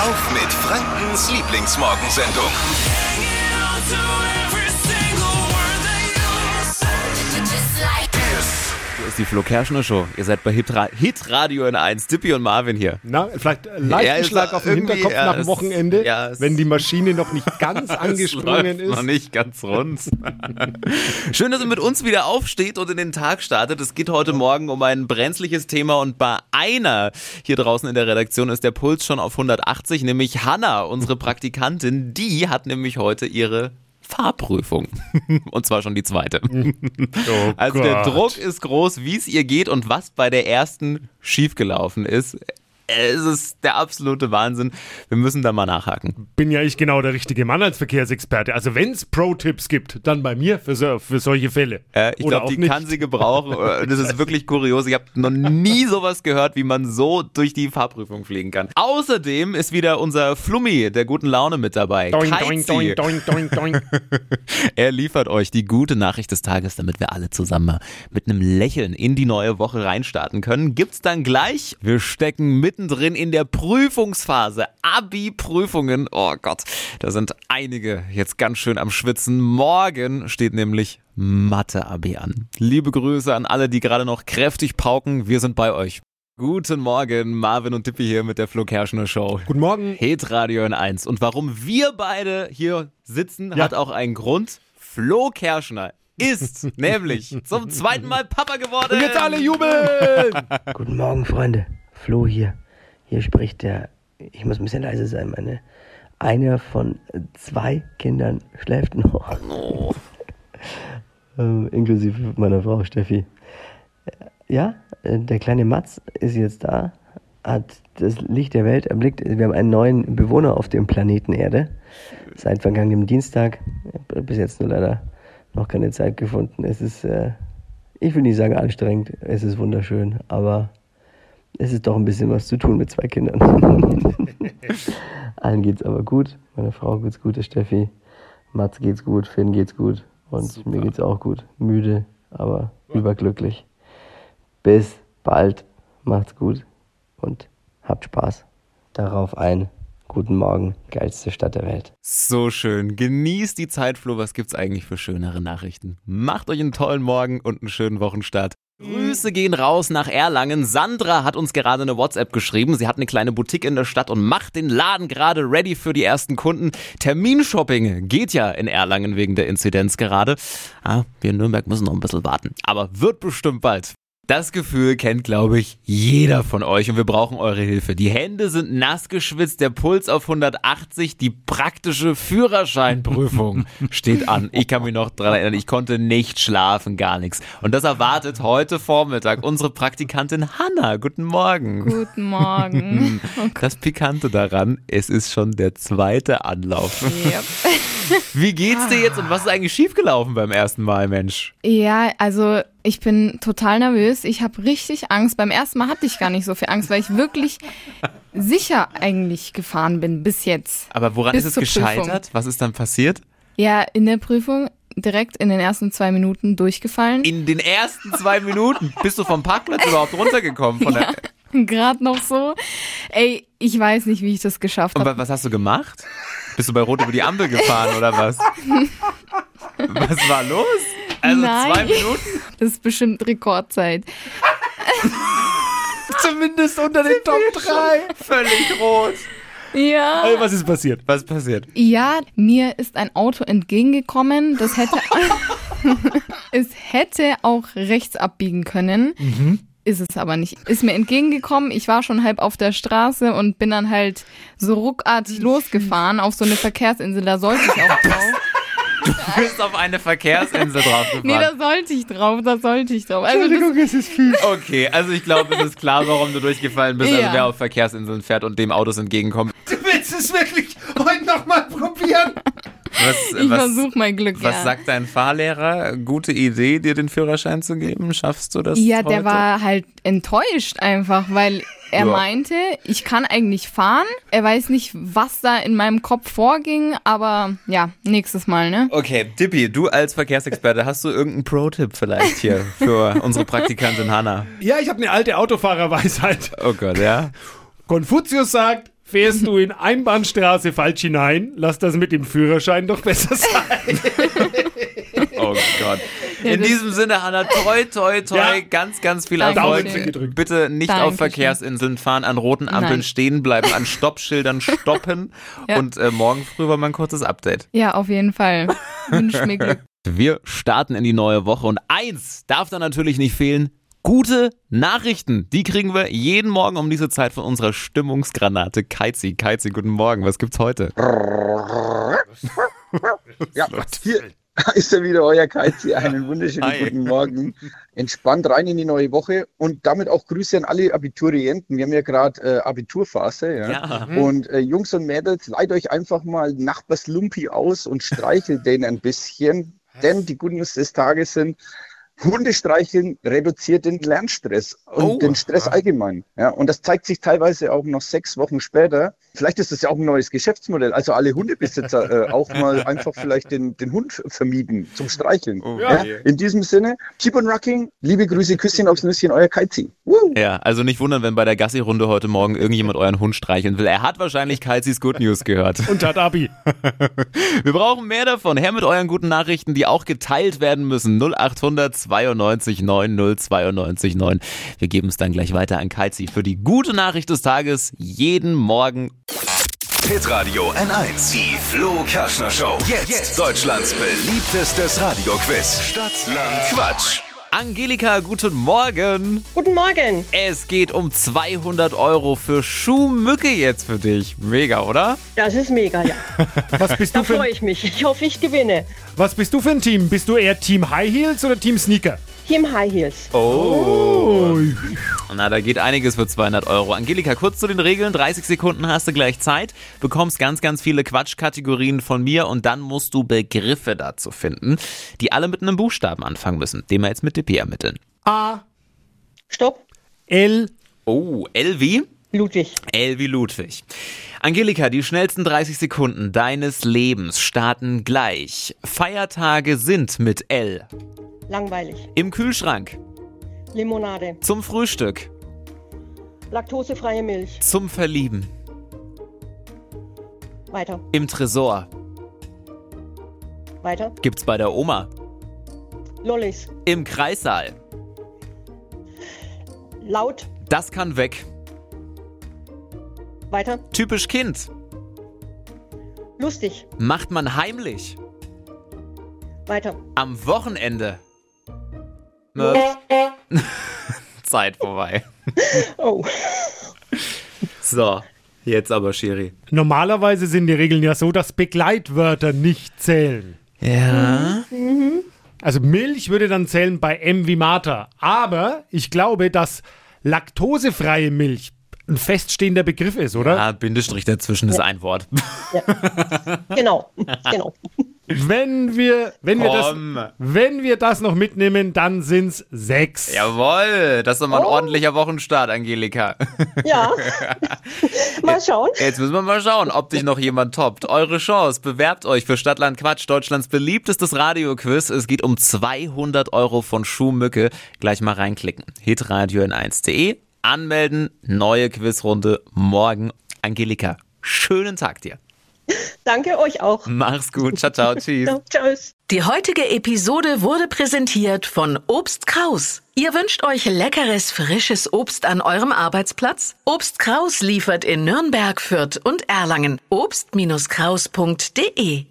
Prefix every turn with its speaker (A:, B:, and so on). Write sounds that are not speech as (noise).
A: auf mit Frankens Lieblingsmorgensendung.
B: Das ist die Flo Kerschner Show. Ihr seid bei Hitra Hitradio N1. Dippy und Marvin hier.
C: Na, vielleicht einen leichten
B: ist
C: Schlag
B: da
C: auf den
B: irgendwie-
C: Hinterkopf
B: ja,
C: nach dem
B: es-
C: Wochenende,
B: ja, es-
C: wenn die Maschine
B: (laughs)
C: noch nicht ganz angesprungen
B: Es läuft Noch
C: ist.
B: nicht ganz rund. (laughs) Schön, dass ihr mit uns wieder aufsteht und in den Tag startet. Es geht heute Morgen um ein brenzliches Thema und bei einer hier draußen in der Redaktion ist der Puls schon auf 180, nämlich Hanna, unsere Praktikantin. Die hat nämlich heute ihre Fahrprüfung. (laughs) Und zwar schon die zweite.
C: Oh
B: Also der
C: Gott.
B: Druck ist groß, wie es ihr geht und was bei der ersten schiefgelaufen ist. Es ist der absolute Wahnsinn. Wir müssen da mal nachhaken.
C: Bin ja ich genau der richtige Mann als Verkehrsexperte. Also wenn es Pro-Tipps gibt, dann bei mir für, so, für solche Fälle.
B: Äh, ich
C: Oder
B: glaube,
C: auch
B: die
C: nicht.
B: kann sie gebrauchen. Äh, Das ist wirklich kurios. Ich habe noch nie sowas gehört, wie man so durch die Fahrprüfung fliegen kann. Außerdem ist wieder unser Flummi der guten Laune mit dabei.
C: Doink, doink,
B: Keizi.
C: doink, doink, doink,
B: (laughs)
C: doink.
B: Er liefert euch die gute Nachricht des Tages, damit wir alle zusammen mal mit einem Lächeln in die neue Woche reinstarten können. Gibt's dann gleich. Wir stecken mittendrin in der Prüfungsphase. Abi-Prüfungen. Oh Gott, da sind einige jetzt ganz schön am Schwitzen. Morgen steht nämlich Mathe-Abi an. Liebe Grüße an alle, die gerade noch kräftig pauken. Wir sind bei euch. Guten Morgen, Marvin und Tippi hier mit der Flo Kerschner Show.
C: Guten Morgen.
B: Hitradio in 1. Und warum wir beide hier sitzen, hat auch einen Grund. Flo Kerschner
C: (laughs)
B: ist nämlich zum zweiten Mal Papa geworden.
C: Und jetzt alle jubeln!
D: Guten Morgen, Freunde. Flo hier. Hier spricht der, ich muss ein bisschen leise sein, meine, einer von zwei Kindern schläft noch. (laughs) ähm, inklusive meiner Frau Steffi. Äh, Ja, äh, der kleine Mats ist jetzt da, hat das Licht der Welt erblickt. Wir haben einen neuen Bewohner auf dem Planeten Erde. Seit vergangenem Dienstag. Äh, Bis jetzt nur leider noch keine Zeit gefunden. Es ist. Äh, ich will nicht sagen anstrengend, es ist wunderschön, aber es ist doch ein bisschen was zu tun mit zwei Kindern. Allen geht's aber gut. Meiner Frau geht's gut, der Steffi. Mats geht's gut, Finn geht's gut. Und mir geht's auch gut. Müde, aber überglücklich. Bis bald. Macht's gut und habt Spaß. Darauf ein. Guten Morgen, geilste Stadt der Welt.
B: So schön. Genießt die Zeit, Flo. Was gibt's eigentlich für schönere Nachrichten? Macht euch einen tollen Morgen und einen schönen Wochenstart. Grüße gehen raus nach Erlangen. Sandra hat uns gerade eine WhatsApp geschrieben. Sie hat eine kleine Boutique in der Stadt und macht den Laden gerade ready für die ersten Kunden. Terminshopping geht ja in Erlangen wegen der Inzidenz gerade. Ah, wir in Nürnberg müssen noch ein bisschen warten. Aber wird bestimmt bald. Das Gefühl kennt, glaube ich, jeder von euch und wir brauchen eure Hilfe. Die Hände sind nass geschwitzt, der Puls auf 180, die praktische Führerscheinprüfung steht an. Ich kann mich noch dran erinnern, ich konnte nicht schlafen, gar nichts. Und das erwartet heute Vormittag unsere Praktikantin Hanna. Guten Morgen.
E: Guten Morgen.
B: Das Pikante daran, es ist schon der zweite Anlauf.
E: Yep.
B: Wie geht's dir jetzt und was ist eigentlich schiefgelaufen beim ersten Mal, Mensch?
E: ja, also ich bin total nervös. Ich habe richtig Angst. Beim ersten Mal hatte ich gar nicht so viel Angst, weil ich wirklich sicher eigentlich gefahren bin bis jetzt.
B: Aber woran
E: Bis
B: ist es
E: zur Prüfung.
B: gescheitert? Was ist dann passiert?
E: Ja, in der Prüfung direkt in den ersten zwei Minuten durchgefallen. (laughs)
B: in den ersten zwei Minuten bist du vom Parkplatz überhaupt runtergekommen. Von der,
E: Gerade noch so. Ey, ich weiß nicht, wie ich das geschafft
B: und
E: habe.
B: wa- was hast du gemacht? Bist du bei Rot über die Ampel gefahren oder was? Was war los? Also zwei
E: Nein.
B: Minuten
E: Das ist bestimmt Rekordzeit.
C: Zumindest unter den Top 3.
B: völlig rot.
E: Ja.
C: Ey, was ist passiert?
B: Was passiert?
E: Ja, mir ist ein Auto entgegengekommen.
B: (laughs)
E: Das hätte, es hätte auch rechts abbiegen können.
B: Mhm.
E: Ist es aber nicht. Ist mir entgegengekommen. Ich war schon halb auf der Straße und bin dann halt so ruckartig losgefahren auf so eine Verkehrsinsel. Da sollte ich auch drauf.
B: Du bist auf eine Verkehrsinsel draufgefahren.
E: Nee, da sollte ich drauf. Da sollte ich drauf. Also das,
C: Entschuldigung, es ist viel.
B: Okay, also ich glaube, es ist klar, warum du durchgefallen bist. Also
E: Ja.
B: wer auf Verkehrsinseln fährt und dem Autos entgegenkommt.
C: Du willst es wirklich heute nochmal probieren?
B: Was,
E: ich
B: was,
E: versuche mein Glück.
B: was
E: ja.
B: sagt dein Fahrlehrer? Gute Idee, dir den Führerschein zu geben? Schaffst du das?
E: Ja,
B: heute?
E: der war halt enttäuscht einfach, weil er
B: Ja.
E: meinte, ich kann eigentlich fahren. Er weiß nicht, was da in meinem Kopf vorging, aber ja, nächstes Mal, ne?
B: Okay, Tippi, du als Verkehrsexperte, hast du irgendeinen Pro-Tipp vielleicht hier für unsere Praktikantin Hanna?
C: Ja, ich habe eine alte ne Autofahrerweisheit.
B: Oh Gott, ja.
C: Konfuzius sagt, Fährst du in Einbahnstraße falsch hinein, lass das mit dem Führerschein doch besser sein.
B: Oh Gott. In diesem Sinne, Hanna, toi, toi, toi,
C: Ja.
B: ganz, ganz viel
E: Dankeschön.
B: Erfolg.
E: Daumen sind
C: gedrückt.
B: Bitte nicht auf
E: Dankeschön.
B: Verkehrsinseln fahren, an roten Ampeln
E: Nein.
B: stehen bleiben, an Stoppschildern stoppen.
E: (laughs) Ja.
B: Und äh, morgen früh war mal ein kurzes Update.
E: Ja, auf
B: (laughs)
E: jeden Fall. Wünsch mir Glück.
B: Wir starten in die neue Woche und eins darf da natürlich nicht fehlen. Gute Nachrichten, die kriegen wir jeden Morgen um diese Zeit von unserer Stimmungsgranate Keizi. Keizi, guten Morgen, was gibt's heute?
F: Ja, hier (laughs) ist er wieder, euer Keizi. Einen wunderschönen
B: Hi.
F: guten Morgen. Entspannt rein in die neue Woche und damit auch Grüße an alle Abiturienten. Wir haben ja gerade äh, Abiturphase. Ja?
B: Ja. mhm.
F: Und äh, Jungs und Mädels, leiht euch einfach mal Nachbars Lumpi aus und streichelt den ein bisschen. Denn die Good News des Tages sind, Hunde streicheln reduziert den Lernstress und
B: Oh.
F: den Stress allgemein. Ja, und das zeigt sich teilweise auch noch sechs Wochen später. Vielleicht ist das ja auch ein neues Geschäftsmodell. Also alle Hundebesitzer äh, auch mal einfach vielleicht den, den Hund f- vermieten zum Streicheln. ja, in diesem Sinne, keep on rocking. Liebe Grüße, Küsschen aufs Nüsschen, euer Keizi. Woo!
B: Ja, also nicht wundern, wenn bei der Gassi-Runde heute Morgen irgendjemand euren Hund streicheln will. Er hat wahrscheinlich Keizis Good News gehört. (laughs)
C: Und hat Abi.
B: Wir brauchen mehr davon. Her mit euren guten Nachrichten, die auch geteilt werden müssen. 0800 92 90 92 9. Wir geben es dann gleich weiter an Keizi für die gute Nachricht des Tages jeden Morgen.
A: Pit Radio N1. Die Flo Kaschner Show. Jetzt, Deutschlands beliebtestes Radioquiz. Stadt, Land, Quatsch.
B: Angelika, guten Morgen.
G: Guten Morgen.
B: Es geht um 200 Euro für Schuhmücke jetzt für dich. Mega, oder?
G: Das ist mega, ja.
C: Was bist, (laughs)
G: Da
C: du für,
G: freue ich mich. Ich hoffe, ich gewinne.
C: was bist du für ein Team? Bist du eher Team High Heels oder Team Sneaker?
G: Team High Heels.
B: Oh. Na, da geht einiges für 200 Euro. Angelika, kurz zu den Regeln. 30 Sekunden hast du gleich Zeit, bekommst ganz, ganz viele Quatschkategorien von mir und dann musst du Begriffe dazu finden, die alle mit einem Buchstaben anfangen müssen, den wir jetzt mit DP ermitteln.
G: Stopp.
C: L.
B: Oh, Elvi?
G: Ludwig.
B: Elvi Ludwig. Angelika, die schnellsten 30 Sekunden deines Lebens starten gleich. Feiertage sind mit L.
G: Langweilig.
B: Im Kühlschrank.
G: Limonade.
B: Zum Frühstück.
G: Laktosefreie Milch.
B: Zum Verlieben.
G: Weiter.
B: Im Tresor.
G: Weiter.
B: Gibt's bei der Oma.
G: Lollis.
B: Im Kreissaal.
G: Laut.
B: Das kann weg.
G: Weiter.
B: Typisch Kind.
G: Lustig.
B: Macht man heimlich.
G: Weiter.
B: Am Wochenende. Ne? (laughs) Zeit vorbei.
G: Oh.
B: So, jetzt aber, Shiri.
C: Normalerweise sind die Regeln ja so, dass Begleitwörter nicht zählen.
B: Ja.
C: Also Milch würde dann zählen bei M wie Martha. Aber ich glaube, dass laktosefreie Milch ein feststehender Begriff ist, oder?
B: Ah, Bindestrich dazwischen ist ein Wort.
G: Genau. genau.
C: Wenn wir, wenn wir das,
B: Komm.
C: wenn wir das noch mitnehmen, dann sind's sechs.
B: Jawohl, das ist doch mal ein ordentlicher Wochenstart, Angelika.
G: Ja. Mal schauen.
B: Jetzt müssen wir mal schauen, ob dich noch jemand toppt. Eure Chance, bewerbt euch für Stadtland Quatsch, Deutschlands beliebtestes Radioquiz. Es geht um 200 Euro von Schuhmücke. Gleich mal reinklicken. Hitradio in 1.de. Anmelden, neue Quizrunde morgen. Angelika, schönen Tag dir.
G: Danke euch auch.
B: Mach's gut. Ciao,
G: (laughs)
B: ciao. Tschüss.
G: Ja, tschüss.
H: Die heutige Episode wurde präsentiert von Obst Kraus. Ihr wünscht euch leckeres, frisches Obst an eurem Arbeitsplatz? Obst Kraus liefert in Nürnberg, Fürth und Erlangen. Obst-Kraus.de